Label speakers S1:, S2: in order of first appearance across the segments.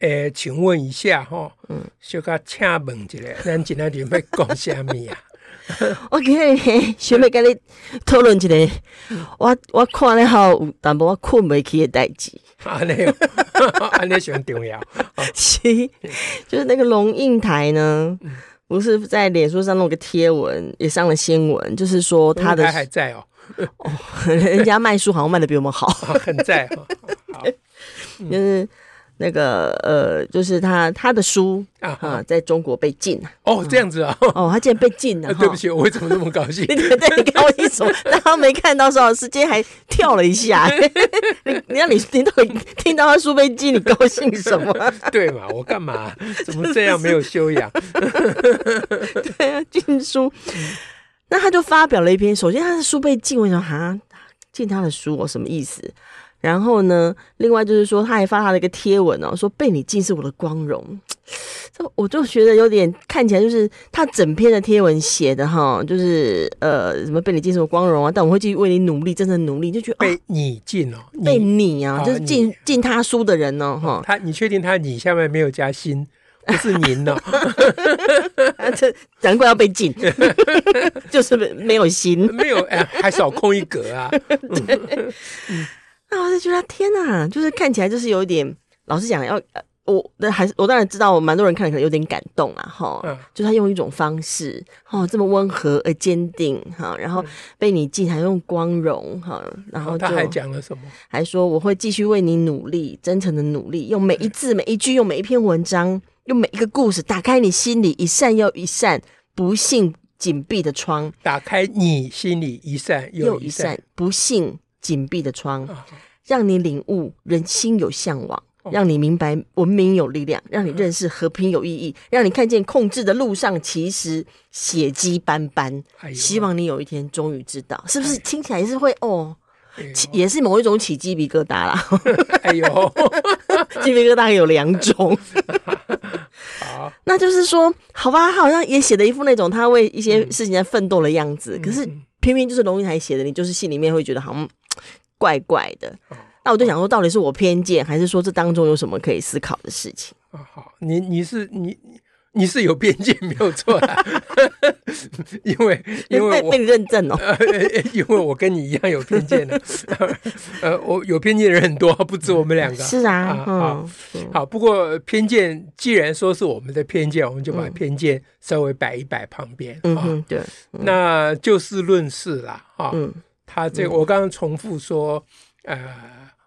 S1: 诶、请问一下哈，
S2: 嗯
S1: 嗯，小可请问一下， 咱今天准备讲什么啊 呀？
S2: 我今日想要跟你讨论一个，我我看了后有淡薄我困袂去的代志，
S1: 安尼 哦，安尼上重要。
S2: 是 就是那个龙应台呢，不是在脸书上弄个贴文，也上了新闻，就是说他的
S1: 他还在哦，
S2: 人家卖书好像卖的比我们好，
S1: 啊很在哈、好嗯
S2: 就是那个呃，就是他他的书
S1: 啊
S2: 啊、在中国被禁了
S1: 哦，这样子啊、
S2: 哦，他竟然被禁了，
S1: 啊 对不
S2: 哈。
S1: 起，我为什么那么高兴？
S2: 你对对，你高兴什么？大家没看到邵老师今天还跳了一下。 你你让你听到听到他书被禁，你高兴什么？
S1: 对嘛，我干嘛？ 怎么这样没有修 养？
S2: 对啊，禁书。那他就发表了一篇，首先他的书被禁，我想哈，禁他的书我什么意思？然后呢，另外就是说，他还发了一个贴文哦，说被你禁是我的光荣。这我就觉得有点看起来就是他整篇的贴文写的哈，就是呃什么被你禁是我光荣啊，但我会继续为你努力，真的努力，就觉得啊
S1: 被你禁哦，
S2: 被
S1: 你
S2: 你啊，
S1: 啊
S2: 就是禁
S1: 你
S2: 禁他书的人呢、哈，
S1: 他，你确定他你下面没有加薪？不 是您哦，
S2: 啊这难怪要被禁， 就是没有心。
S1: 没有，哎，还少空一 格啊！
S2: 那我就觉得天哪，就是看起来就是有一点，老实讲，要呃我那还是我当然知道，蛮多人看了可能有点感动啦，哈、
S1: 嗯
S2: 就是他用一种方式，哦，这么温和而坚定，哈，然后被你记，还用光荣，哈，然后就
S1: 嗯哦他还讲了什么？
S2: 还说我会继续为你努力，真诚的努力，用每一字每一句，用每一篇文章，用每一个故事，打开你心里一扇又一扇不幸紧闭的窗，
S1: 打开你心里一扇又
S2: 又
S1: 一
S2: 一
S1: 扇
S2: 扇，不幸紧闭的窗。
S1: 啊
S2: 让你领悟人心有向往，
S1: 哦
S2: 让你明白文明有力
S1: 嗯
S2: 量，让你认识和平有意义，让你看见控制的路上其实血迹斑斑。
S1: 哎呦
S2: 希望你有一天终于知道，是不是听起来也是会哦，
S1: 哎呦
S2: 起也是某一种起鸡皮疙瘩啦。
S1: 哎呦，
S2: 鸡皮疙瘩有两种，
S1: 好，
S2: 那就是说，好吧，他好像也写了一副那种他为一些
S1: 嗯
S2: 事情在奋斗的样子，可是偏偏就是龙应台写的，你就是心里面会觉得好像嗯怪怪的。
S1: 哦
S2: 那我就想说，到底是我偏见，还是说这当中有什么可以思考的事情？
S1: 啊好，你你是你你是有边界没有错啦， 因为因为
S2: 被
S1: 我
S2: 被你认证 哦，
S1: 呃，因为我跟你一样有偏 见的，呃，我有偏见的人很多，不止我们两个。
S2: 是啊
S1: 啊，
S2: 嗯
S1: 好，好，不过偏见既然说是我们的偏见，我们就把
S2: 嗯
S1: 偏见稍微摆一摆旁边
S2: 嗯
S1: 啊，
S2: 哼，对，
S1: 那就事论事啦啊。
S2: 嗯
S1: 他这我刚刚重复说，呃，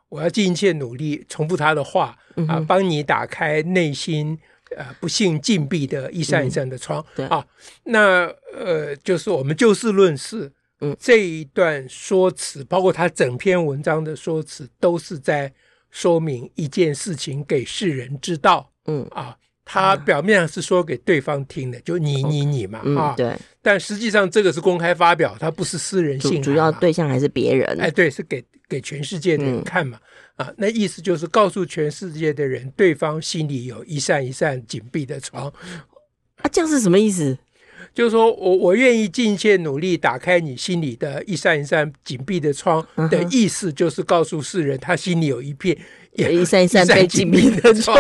S1: 我要尽一切努力，重复他的话
S2: 嗯
S1: 啊
S2: 哼，
S1: 帮你打开内心呃不幸禁闭的一扇一扇的窗
S2: 嗯对
S1: 啊。那呃，就是我们就事论事，
S2: 嗯
S1: 这一段说辞，包括他整篇文章的说辞，都是在说明一件事情给世人知道
S2: 嗯
S1: 啊。他表面上是说给对方听的，就你你你嘛啊
S2: 嗯，，对，
S1: 但实际上这个是公开发表，它不是私人
S2: 主
S1: 信
S2: 主
S1: 函
S2: 要
S1: 嘛
S2: 对象还是别
S1: 哎，
S2: 人，
S1: 对，是给给全世界的
S2: 嗯
S1: 人看嘛，啊，那意思就是告诉全世界的人，对方心里有一扇一扇紧闭的窗，
S2: 啊，这样是什么意 思？
S1: 就是说我我愿意尽一切努力打开你心里的一扇一扇紧闭的窗
S2: 嗯哼
S1: 的意思，就是告诉世人，他心里有一 片
S2: 有
S1: 也
S2: 一扇一扇被禁闭 的窗，，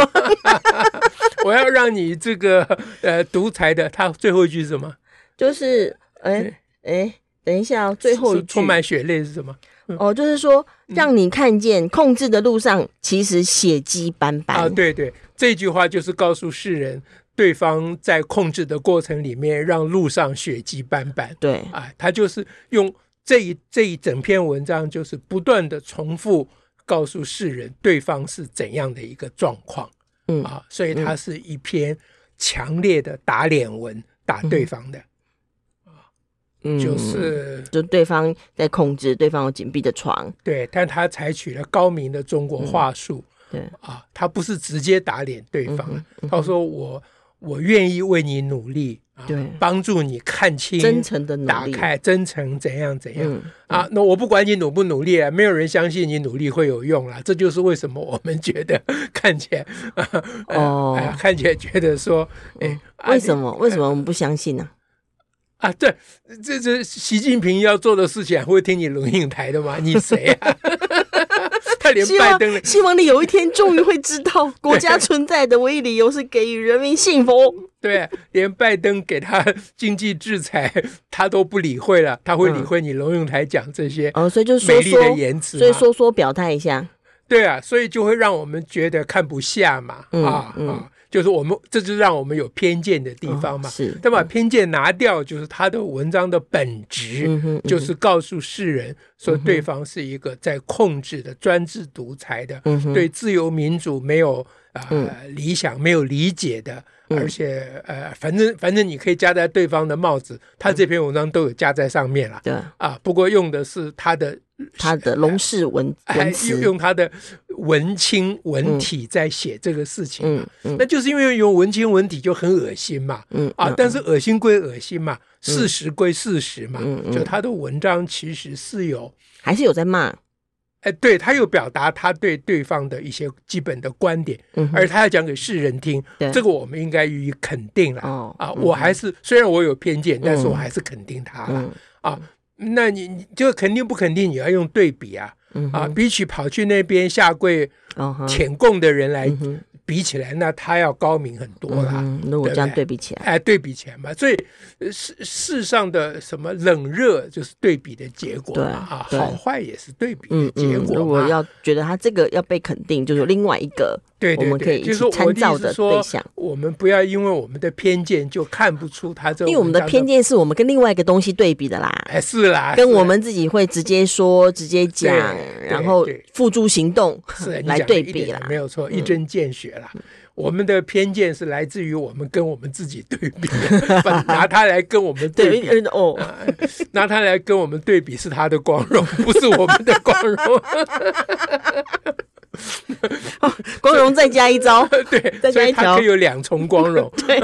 S1: 我要让你这个呃独裁的，他最后一句是什么？
S2: 就是，哎哎，等一下哦，最后一
S1: 是
S2: 句
S1: 充满嗯血泪是什么？
S2: 哦，就是说让你看见控制的路上其实血迹斑斑
S1: 啊，，对对，这句话就是告诉世人，对方在控制的过程里面，让路上血迹斑斑
S2: 对，
S1: 啊，他就是用这一这一整篇文章，就是不断的重复告诉世人对方是怎样的一个状况，
S2: 嗯
S1: 啊，所以它是一篇强烈的打脸文，打对方的，
S2: 嗯
S1: 就是
S2: 就对方在控制，对方有紧闭的床，
S1: 对，但他采取了高明的中国话术，
S2: 嗯对
S1: 啊，他不是直接打脸对方
S2: 嗯哼
S1: 啊，他说我我愿意为你努力啊
S2: 对
S1: 帮助你看清、
S2: 真诚的努
S1: 打
S2: 力，
S1: 开、真诚怎样怎样。
S2: 嗯，
S1: 啊，那我不管你努不努力啊，没有人相信你努力会有用啦。这就是为什么我们觉得 看起来，啊呃
S2: 哦
S1: 哎呀看起来觉得说，哎
S2: 嗯，
S1: 啊
S2: 为
S1: 你
S2: 什么？为什么我们不相信呢？
S1: 啊？对，这这习近平要做的事情啊还会听你龙应台的吗？你谁 啊？ 他连
S2: 希
S1: 拜登的
S2: 望希望你有一天终于会知 道，国家存在的唯一理由是给予人民幸福。
S1: 对，啊连拜登给他 经济制裁，他都不理会了，他会理
S2: 嗯
S1: 会你龙应台讲这些
S2: 哦，所以就是
S1: 美
S2: 说
S1: 丽的
S2: 说，
S1: 言辞嘛？
S2: 所以说说表态一下，
S1: 对啊，所以就会让我们觉得看不下嘛，
S2: 嗯
S1: 啊、
S2: 嗯
S1: 啊，就是我们这就是让我们有偏见的地方嘛
S2: 哦。是
S1: 但把偏见拿掉，就是他的文章的本质，
S2: 嗯哼，嗯哼嗯
S1: 就是告诉世人说对方是一个在控制的、专制独裁的，
S2: 嗯哼
S1: 对自由民主没有啊、呃理想、没有理解的，
S2: 嗯
S1: 而且呃，反正反正你可以加在对方的帽子，他
S2: 嗯
S1: 这篇文章都有加在上面了、
S2: 对
S1: 啊。不过用的是他的
S2: 他的龙氏文
S1: 还
S2: 文
S1: 用
S2: 词，
S1: 用他的文青文体在写这个事情，
S2: 嗯嗯
S1: 那就是因为用文青文体就很恶心嘛，
S2: 嗯
S1: 啊，
S2: 嗯
S1: 但是恶心归恶心嘛，事实归事实嘛，
S2: 嗯嗯
S1: 就他的文章其实是有，
S2: 还是有在骂，
S1: 哎，对他有表达他对对方的一些基本的观点，
S2: 嗯哼
S1: 而他要讲给世人听
S2: 对，
S1: 这个我们应该予以肯定了。
S2: 哦
S1: 啊，
S2: 嗯
S1: 我还是虽然我有偏见，但是
S2: 嗯
S1: 我还是肯定他了
S2: 嗯
S1: 啊。那你你就肯定不肯定，你要用对比啊
S2: 嗯
S1: 啊，比起跑去那边下跪
S2: 哦哈，
S1: 舔共的人来
S2: 嗯哼
S1: 比起来，那他要高明很多
S2: 嗯
S1: 啦。
S2: 哼，如果
S1: 对不
S2: 这样
S1: 对
S2: 对比起来，
S1: 哎，对比起来嘛，所以呃世世上的什么冷热就是对比的结果嘛，啊，
S2: 对对
S1: 好坏也是对比
S2: 嗯
S1: 的结
S2: 嗯，如
S1: 果
S2: 果
S1: 嘛。
S2: 要觉得他这个要被肯定，就是有另外一个
S1: 对
S2: 我
S1: 对
S2: 们可以
S1: 对，
S2: 一
S1: 就是
S2: 起
S1: 说我
S2: 参
S1: 的
S2: 照
S1: 意思
S2: 的
S1: 是说
S2: 对象，，
S1: 我们不要因为我们的偏见就看不出他这，
S2: 因为我们的偏，见是我们跟另外一个东西对比的啦，
S1: 哎，是啦，
S2: 跟
S1: 是啦
S2: 我们自己会直接说、直接讲，
S1: 对
S2: 然后
S1: 对
S2: 付诸行动
S1: 是你
S2: 来
S1: 讲
S2: 对
S1: 得一点
S2: 比
S1: 也
S2: 啦。嗯
S1: 没有错，一针见血啦。我们的偏见是来自于我们跟我们自己对 比，把拿它来跟我们对
S2: 对，
S1: 比，啊
S2: 嗯哦，
S1: 拿它来跟我们对比是它的光 荣，不是我们的光荣。
S2: 光荣再加一
S1: 啊
S2: 招，再
S1: 对，所
S2: 加一
S1: 以它
S2: 条
S1: 可以有两重光荣。
S2: 对，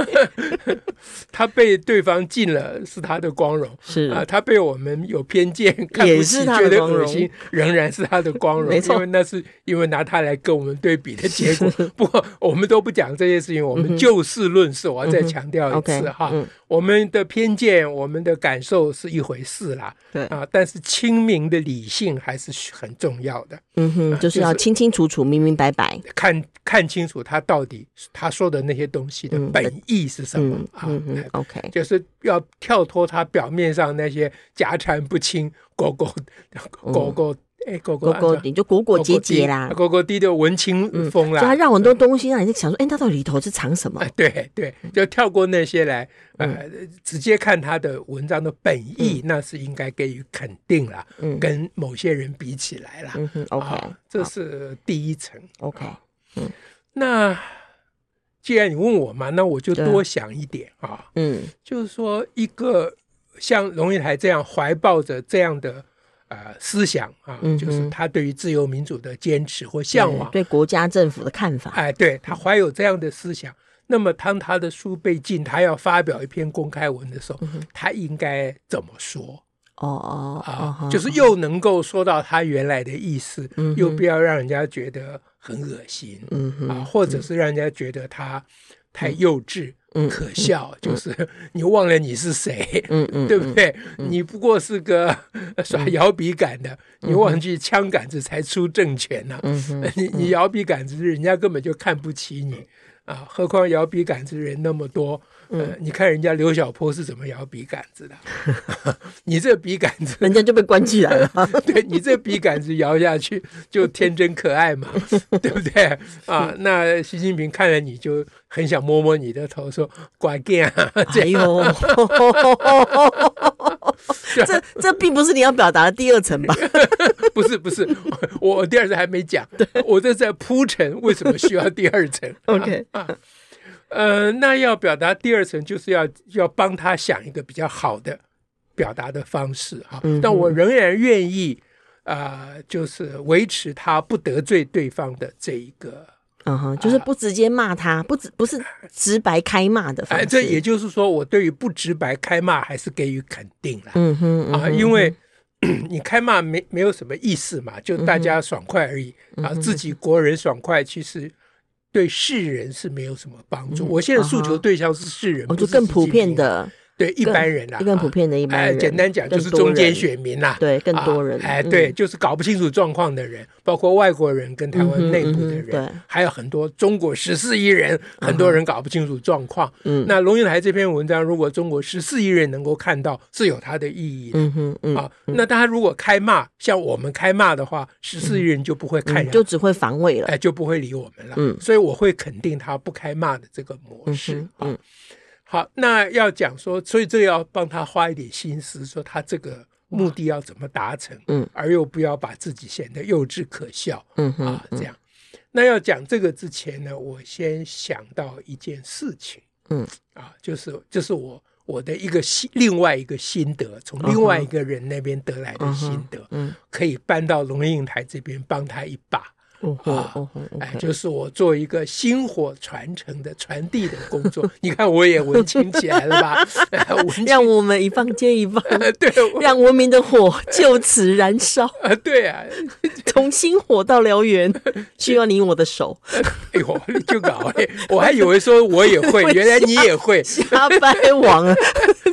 S1: 他被对方禁了是他的光荣啊，
S2: 是
S1: 他被我们有 偏见看
S2: 也
S1: 不
S2: 是
S1: 起，
S2: 他
S1: 觉
S2: 的
S1: 得
S2: 光
S1: 恶
S2: 荣
S1: 心，仍然是他的光 荣。
S2: 没错
S1: 因为那是因为拿他来跟我们对比的结果。 不过我们都不讲这些事情，我
S2: 嗯
S1: 们就事论事。我要再强调一
S2: OK
S1: 次哈，
S2: 嗯
S1: 我们的偏见、我们的感受是一回事啦，
S2: 对，
S1: 啊，但是清明的理性还是很重要的。
S2: 嗯哼，就是要清清楚楚、明明白白。
S1: 看看清楚他到底他说的那些东西的
S2: 嗯
S1: 本意是什么
S2: 嗯
S1: 啊？
S2: 嗯哼
S1: 哎
S2: ，OK，
S1: 就是要跳脱他表面上那些夹缠不清、狗狗
S2: 嗯
S1: 狗狗哎狗狗
S2: 勾勾，你就果果结结啦。
S1: 狗狗低的文青风
S2: 就
S1: 啦，
S2: 他让很多东西让你想说，哎，他到底里头是藏什么
S1: 啊？ 对对，就跳过那些来，
S2: 嗯
S1: 呃，直接看他的文章的本意，那是应该给予肯定啦，
S2: 嗯
S1: 跟某些人比起来啦，
S2: 嗯哼，OK，
S1: 啊这是第一层。
S2: OK，
S1: 那既然你问我嘛，那我就
S2: 对
S1: 多想一点啊。
S2: 嗯
S1: 就是说，一个像龙应台这样怀抱着这样的呃思想啊，
S2: 嗯哼
S1: 就是他对于自由民主的坚持或向往，
S2: 对对国家政府的看法，
S1: 哎，对他怀有这样的思想。那么，当他的书被禁，他要发表一篇公开文的
S2: 嗯
S1: 时候，他应该怎么说
S2: 哦哦哦
S1: 啊？
S2: 哈，
S1: 就是又能够说到他原来的意思，
S2: 嗯哼
S1: 又不要让人家觉得很恶心
S2: 嗯
S1: 啊，
S2: 哼，
S1: 或者是让人家觉得他太幼稚、
S2: 嗯
S1: 可笑，就是 你忘了你是谁，
S2: 嗯嗯，
S1: 对不对？你不过是个呃耍摇笔杆的，你忘记枪杆子才出政权呢、
S2: 嗯哼，
S1: 你你摇笔杆子，人家根本就看不起你啊！何况摇笔杆子人那么多，
S2: 嗯
S1: 呃，你看人家刘小波是怎么摇笔杆子的， 你这笔杆子，
S2: 人家就被关起来 了。
S1: 对你这笔杆子摇下去就天真可爱嘛， 对不对啊？那习近平看了你就很想摸摸你的头，说乖囡啊，
S2: 哎 呦，这这并不是你要表达的第二层吧？
S1: 不是不是，我我第二层还没讲，我这是在铺陈为什么需要第二 层。
S2: OK
S1: 啊，啊呃，那要表达第二层，就是要要帮他想一个比较好的表达的方式哈、
S2: 嗯哼
S1: 但我仍然愿意，呃，就是维持他不得罪对方的这一个
S2: 嗯哼，就是不直接骂他，不直不是直白开骂的方
S1: 哎，
S2: 式。
S1: 这也就是说，我对于不直白开骂还是给予肯定了、
S2: 嗯哼嗯
S1: 啊，
S2: 哼，嗯
S1: 因为 你开骂没没有什么意思嘛，就大家爽快而已、
S2: 嗯
S1: 啊，自己国人爽快，其实对世人是没有什么帮助。我现在诉
S2: 啊哈
S1: 求对象是世人，
S2: 我
S1: 不
S2: 哦就是更
S1: 习
S2: 普
S1: 近
S2: 遍
S1: 平，
S2: 的，
S1: 对一
S2: 更
S1: 般人啦、
S2: 更普
S1: 啊
S2: 遍的一般
S1: 哎，
S2: 人。
S1: 简单讲就是
S2: 更多
S1: 中间
S2: 人，
S1: 选民啦、
S2: 对，更多人。
S1: 啊哎，
S2: 嗯
S1: 对，，就是搞不清楚状况的人，包括外国人跟台
S2: 嗯哼
S1: 湾内部的
S2: 嗯哼对
S1: 人，还有很多中国十四亿人，很多人搞不清楚状况。
S2: 嗯
S1: 那龙应台这篇文章，如果中国十四亿人能够看到，是有它的意义的。
S2: 嗯哼嗯，
S1: 啊，那他如果开骂，像我们开骂的话，十四亿人就不会看
S2: 嗯
S1: 人，
S2: 就只会防卫了。
S1: 哎就不会理我们了。
S2: 嗯
S1: 所以我会肯定他不开骂的这个模
S2: 嗯
S1: 式。
S2: 哼
S1: 啊
S2: 嗯
S1: 好，那要讲说，所以这个要帮他花一点心思，说他这个目的要怎么达成，
S2: 嗯，
S1: 而又不要把自己显得幼稚可笑
S2: 嗯哼
S1: 啊，这样。那要讲这个之前呢，我先想到一件事情，
S2: 嗯，
S1: 啊，就是就是我我的一个新另外一个心得，从
S2: 嗯
S1: 另
S2: 哼
S1: 外一个人那边得来的心得，
S2: 嗯
S1: 可以搬到龙应台这边帮他一把，
S2: 哦吼
S1: 啊
S2: 哦吼
S1: 哎，
S2: ，OK，
S1: 就是我做一个薪火传承的传递的工作。你看我也文青起来了吧？哎文青呃
S2: 让我们一棒接一 棒，
S1: 对，我
S2: 让文明的火就此燃 烧，
S1: 啊对啊，
S2: 从星火到燎原，需要你我的 手。
S1: 哎呦，你就搞嘞！我还以为说我也 会，原来你也会，
S2: 瞎掰网啊！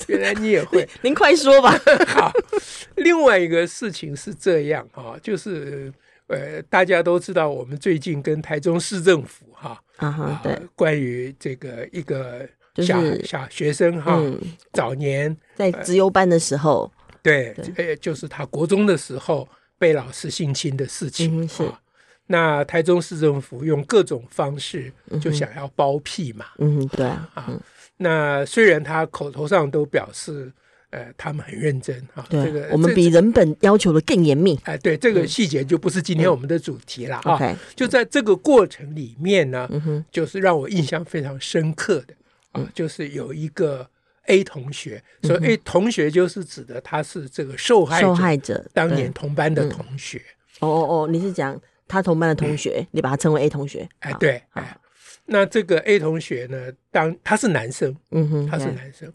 S1: 原来你也会。
S2: 您快说 吧。
S1: 好，另外一个事情是这样哈、就是呃，大家都知道，我们最近跟台中市政府哈、
S2: 啊
S1: 啊
S2: 哈，对，
S1: 关于这个一个
S2: 就是
S1: 小、小学生哈、
S2: 嗯
S1: 早年
S2: 在资优班的时候，
S1: 对，呃，就是他国中的时候被老师性侵的事情、
S2: 嗯是
S1: 啊。那台中市政府用各种方式就想要包庇嘛，
S2: 嗯，对啊，
S1: 啊，那虽然他口头上都表示，呃，他们很认真啊，
S2: 对
S1: 这个
S2: 啊，我们
S1: 这
S2: 比人本要求的更严密。
S1: 哎、对这个细节就不是今天我们的主题了、啊。
S2: 嗯 OK，
S1: 就在这个过程里面呢，
S2: 嗯哼，嗯
S1: 就是让我印象非常深刻的啊，就是有一个 A 同学，所以 A 同学就是指的他是这个受害
S2: 受
S1: 者
S2: 害者
S1: 当年
S2: 对嗯
S1: 同班的同学，
S2: 哦哦哦，你是讲他同班的同学，你把他称为 A 同学。
S1: 嗯哎、
S2: 好，
S1: 对，
S2: 好
S1: 哎，那这个 A 同学呢，当他是男生，
S2: 嗯哼，
S1: 他是
S2: 对
S1: 男生，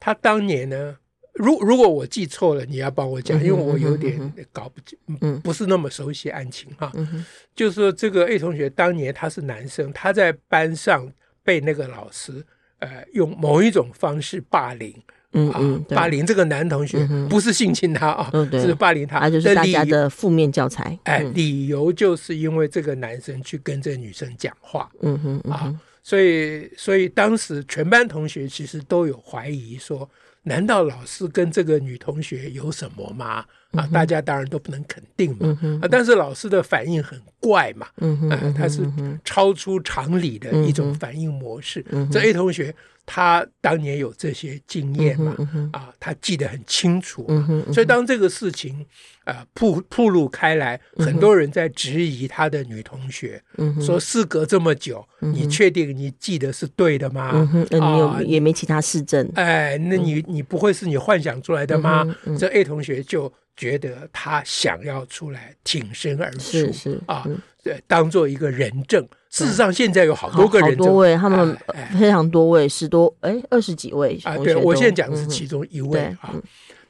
S1: 他当年呢，如如果我记错了，你要帮我讲，因为我有
S2: 嗯
S1: 点搞不清
S2: 嗯，
S1: 不是那么熟悉案情哈。
S2: 嗯哼，
S1: 就是说，这个 A 同学当年他是男生，他在班上被那个老师呃用某一种方式霸凌
S2: 嗯
S1: 啊
S2: 嗯，，
S1: 霸
S2: 对，
S1: 凌这个男同学
S2: 嗯哼
S1: 不是性侵他啊
S2: 嗯，对
S1: 是霸凌他，
S2: 他就是大家
S1: 理由
S2: 的负面教材。
S1: 哎
S2: 嗯
S1: 理由就是因为这个男生去跟这女生讲话，
S2: 嗯哼，嗯
S1: 啊
S2: 哼，
S1: 所以所以当时全班同学其实都有怀疑说，难道老师跟这个女同学有什么吗？
S2: 嗯
S1: 啊，大家当然都不能肯定嘛。啊，但是老师的反应很怪嘛，
S2: 嗯哼，嗯
S1: 啊，他是超出常理的一种反应模式。这 A 同学他当年有这些经验
S2: 嗯
S1: 嘛，啊，他记得很清楚嘛。所以当这个事情呃铺铺露开来，很多人在质疑他的女同学，
S2: 嗯
S1: 说事隔这么久，你确定你记得是对的吗？
S2: 嗯哼，那嗯你有
S1: 啊
S2: 也没其他市政？
S1: 哎，那你你不会是你幻想出来的吗？
S2: 嗯
S1: 这 A 同学就觉得他想要出来挺身而出，
S2: 是嗯是
S1: 啊，对，当做一个人证。事实上，现在有好
S2: 好
S1: 啊多个
S2: 好
S1: 人证，
S2: 多位，他们
S1: 哎哎
S2: 非常多位，十多哎二十几位
S1: 啊，
S2: 同
S1: 对
S2: 学
S1: 我
S2: 都
S1: 现在讲的
S2: 嗯
S1: 是
S2: 哼
S1: 其中一位
S2: 对嗯
S1: 啊。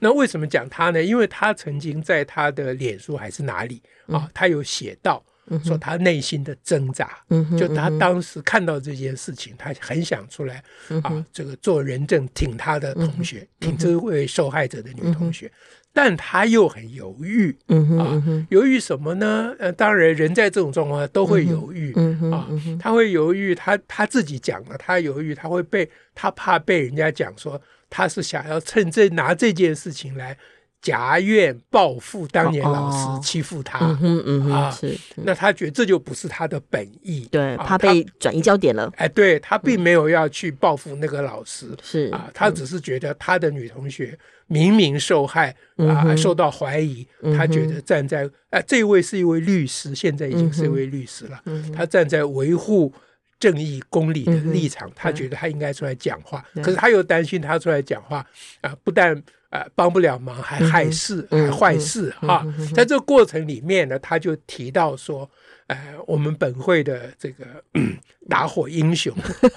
S1: 那为什么讲他呢？因为他曾经在他的脸书还是哪里啊，他有写到说他内心的挣扎，
S2: 嗯哼
S1: 就他当时看到这件事情，他很想出来
S2: 嗯
S1: 啊，这个做人证挺他的同学，挺这位受害者的女同学，但他又很犹豫
S2: 嗯哼嗯
S1: 啊
S2: 哼，
S1: 犹豫什么呢？呃，当然人在这种状况下都会犹豫，
S2: 嗯哼
S1: 啊，他会犹豫，他他自己讲了，他犹豫，他会被他怕被人家讲说他是想要趁这拿这件事情来夹怨报复当年老
S2: 哦
S1: 师欺负他，
S2: 嗯哼嗯
S1: 啊
S2: 哼是，
S1: 那他觉得这就不是他的本意，
S2: 对，
S1: 啊
S2: 怕被嗯转移焦点了，
S1: 他哎，对他并没有要去报复那个老师。
S2: 是嗯
S1: 啊，他只是觉得他的女同学明明受害
S2: 嗯
S1: 啊，
S2: 哼嗯
S1: 受到怀疑，他觉得站在啊，这位是一位律师，现在已经是一
S2: 嗯
S1: 位律师了，他站在维护。正义、公理的立
S2: 嗯
S1: 场，他觉得他应该出来讲话，可是他又担心他出来讲话啊、不但啊、帮不了忙，
S2: 嗯
S1: 还害事、还坏事哈、在这个过程里面呢，他就提到说，呃，我们本会的这个嗯打火英雄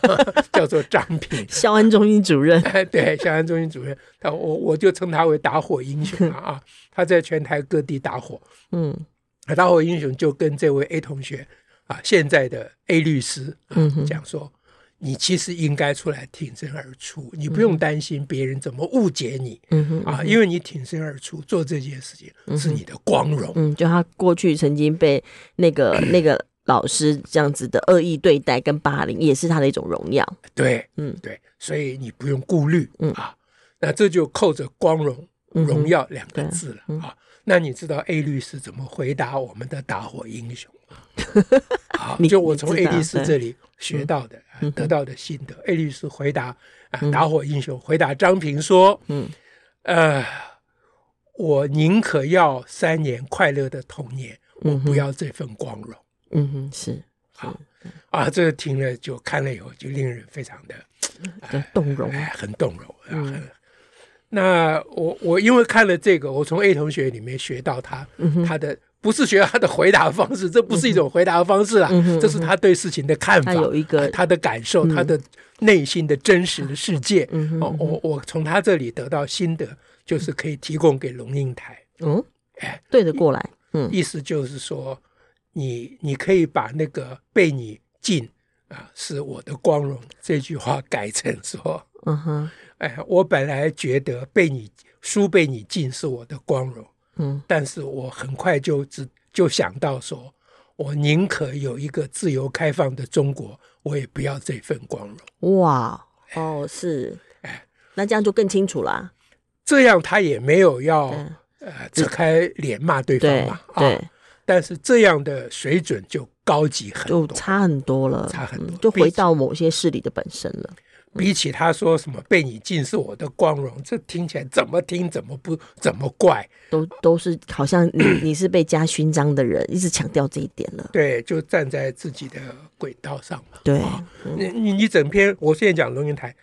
S1: 叫做张平，
S2: 校安中心主任，
S1: 哎， 对，校安中心主任，他我我就称他为打火英雄啊啊，他在全台各地打火，
S2: 嗯
S1: 啊打火英雄就跟这位 A 同学啊，现在的 A 律师、啊
S2: 嗯哼
S1: 讲说，你其实应该出来挺身而出，你不用担心别人怎么误解你
S2: 嗯哼
S1: 啊，因为你挺身而出做这件事情是你的光荣。
S2: 嗯，就他过去曾经被那个那个老师这样子的恶意对待跟霸凌，也是他的一种荣耀。
S1: 对，
S2: 嗯
S1: 对，所以你不用顾虑，
S2: 嗯
S1: 啊，那这就扣着光荣、
S2: 嗯哼
S1: 荣耀两个
S2: 对嗯
S1: 字了、啊。那你知道 A 律师怎么回答我们的打火英雄吗？ 啊，
S2: 你
S1: 就我从
S2: 你知
S1: A
S2: 道
S1: 律师
S2: 对
S1: 这里学到的、啊
S2: 嗯哼
S1: 得到的心得。A 律师回答啊，打火英雄回答张平说，
S2: 嗯
S1: 呃，我宁可要三年快乐的童年，我
S2: 嗯哼
S1: 不要这份光荣。
S2: 嗯哼，是
S1: 好啊，这个听了就看了以后就令人非常的
S2: 对动容。嗯
S1: 哎，很动容。啊很那我我因为看了这个，我从 A 同学里面学到他、
S2: 嗯
S1: 他的不是学他的回答方式，这不是一种回答方式啦，
S2: 嗯哼
S1: 这是他对事情的看法，
S2: 他有一个
S1: 啊他的感受，他的内心的真实的世界。
S2: 嗯哼
S1: 哦，我我从他这里得到心得，就是可以提供给龙应台，
S2: 嗯
S1: 哎，
S2: 对得过来。嗯
S1: 意思就是说，你你可以把那个被你禁啊是我的光荣这句话改成说。
S2: 嗯哼
S1: 哎，我本来觉得被你书被你禁是我的光荣，
S2: 嗯
S1: 但是我很快就只就想到说，我宁可有一个自由开放的中国，我也不要这份光荣。
S2: 哇哦是
S1: 哎，
S2: 那这样就更清楚啦。
S1: 这样他也没有要
S2: 对
S1: 呃扯开脸骂对方
S2: 对
S1: 嘛，啊，
S2: 对，
S1: 但是这样的水准就高级很
S2: 就
S1: 多，
S2: 差很多了，
S1: 差很多
S2: 嗯就
S1: 毕
S2: 回
S1: 竟
S2: 到某些事理的本身了。
S1: 比起他说什么被你禁是我的光荣，这听起来怎么听怎么不怎么怪，
S2: 都都是好像 你你是被加勋章的人，一直强调这一点了。
S1: 对，就站在自己的轨道上嘛。
S2: 对，
S1: 你你你整篇，我现在讲龙应台，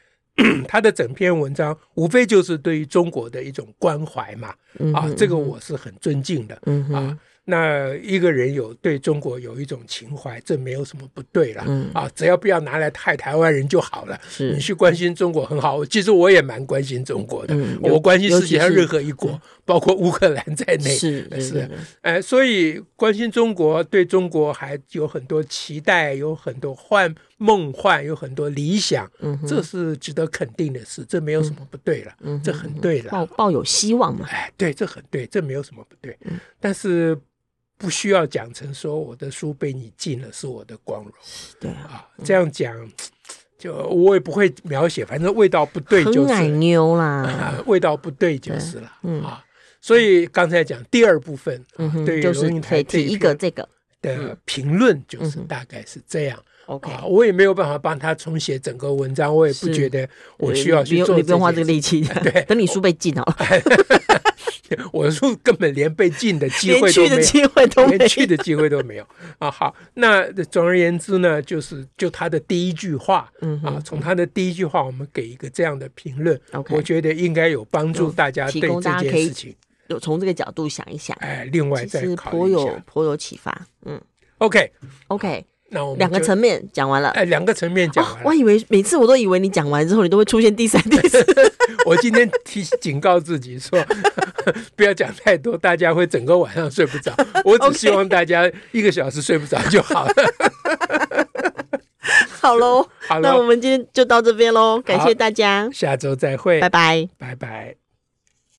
S1: 他的整篇文章无非就是对于中国的一种关怀嘛，啊，这个我是很尊敬的
S2: 嗯哼，
S1: 啊。那一个人有对中国有一种情怀，这没有什么不对了
S2: 嗯
S1: 啊，只要不要拿来害台湾人就好了。
S2: 是
S1: 你去关心中国很好，其实我也蛮关心中国的，
S2: 嗯尤
S1: 啊我关心世界上
S2: 尤其是嗯
S1: 任何一国，包括乌克兰在内。
S2: 是是
S1: 是哎，所以关心中国，对中国还有很多期待，有很多幻梦幻，有很多理想，
S2: 嗯哼
S1: 这是值得肯定的事，这没有什么不对了，
S2: 嗯哼
S1: 这很对
S2: 抱
S1: 了，
S2: 抱有希望嘛。
S1: 哎，对，这很对，这没有什么不对，
S2: 嗯
S1: 但是不需要讲成说我的书被你禁了是我的光荣
S2: 对啊，
S1: 啊，这样讲就我也不会描写，反正味道不对就
S2: 很
S1: 是
S2: 奶
S1: 了
S2: 妞啦。
S1: 啊， 味道不对就是了、啊。所以刚才讲第二部分，
S2: 嗯
S1: 啊
S2: 哼，
S1: 对于
S2: 就是
S1: 龙应
S2: 可
S1: 台
S2: 以
S1: 这
S2: 提一
S1: 一
S2: 个
S1: 篇
S2: 这个
S1: 的评论，就是大概是这样、
S2: 嗯 OK，
S1: 啊。我也没有办法帮他重写整个文章，我也不
S2: 是
S1: 觉得我需要
S2: 呃你
S1: 去
S2: 不
S1: 做
S2: 用你不用花这个
S1: 件
S2: 力气，啊
S1: 对啊
S2: 等你书被禁好 了，
S1: 事， 我是根本连被禁的机
S2: 连
S1: 会
S2: 去
S1: 都没
S2: 的
S1: 有。
S2: 机会都没
S1: 连去
S2: 有。
S1: 的机会都没有啊！好，那总而言之呢，就是就他的第一句话、
S2: 嗯
S1: 啊，从他的第一句话，我们给一个这样的评论
S2: OK
S1: 我觉得应该有帮助
S2: 有
S1: 大家
S2: 提
S1: 对
S2: 供大
S1: 这
S2: 家
S1: 件
S2: 可以
S1: 事情，
S2: 有从这个角度想一想，
S1: 哎，另外
S2: 其
S1: 再
S2: 实
S1: 考
S2: 颇
S1: 虑一
S2: 有
S1: 下。
S2: 颇有启发。嗯
S1: OK，
S2: ，OK，
S1: 那我们
S2: 两个
S1: 就
S2: 层面讲完了。
S1: 哎，两个层面讲
S2: 哦
S1: 完，了。
S2: 我以为每次我都以为你讲完之后，你都会出现第三、第四。
S1: 我今天提警告自己说， 不要讲太多，大家会整个晚上睡不 着。我只希望大家一个小时睡不着就好了。
S2: 好喽，
S1: 好
S2: 那我
S1: 了，
S2: 们今天就到这边喽，感谢
S1: 好
S2: 大家，
S1: 下周再会，
S2: 拜拜。
S1: 拜拜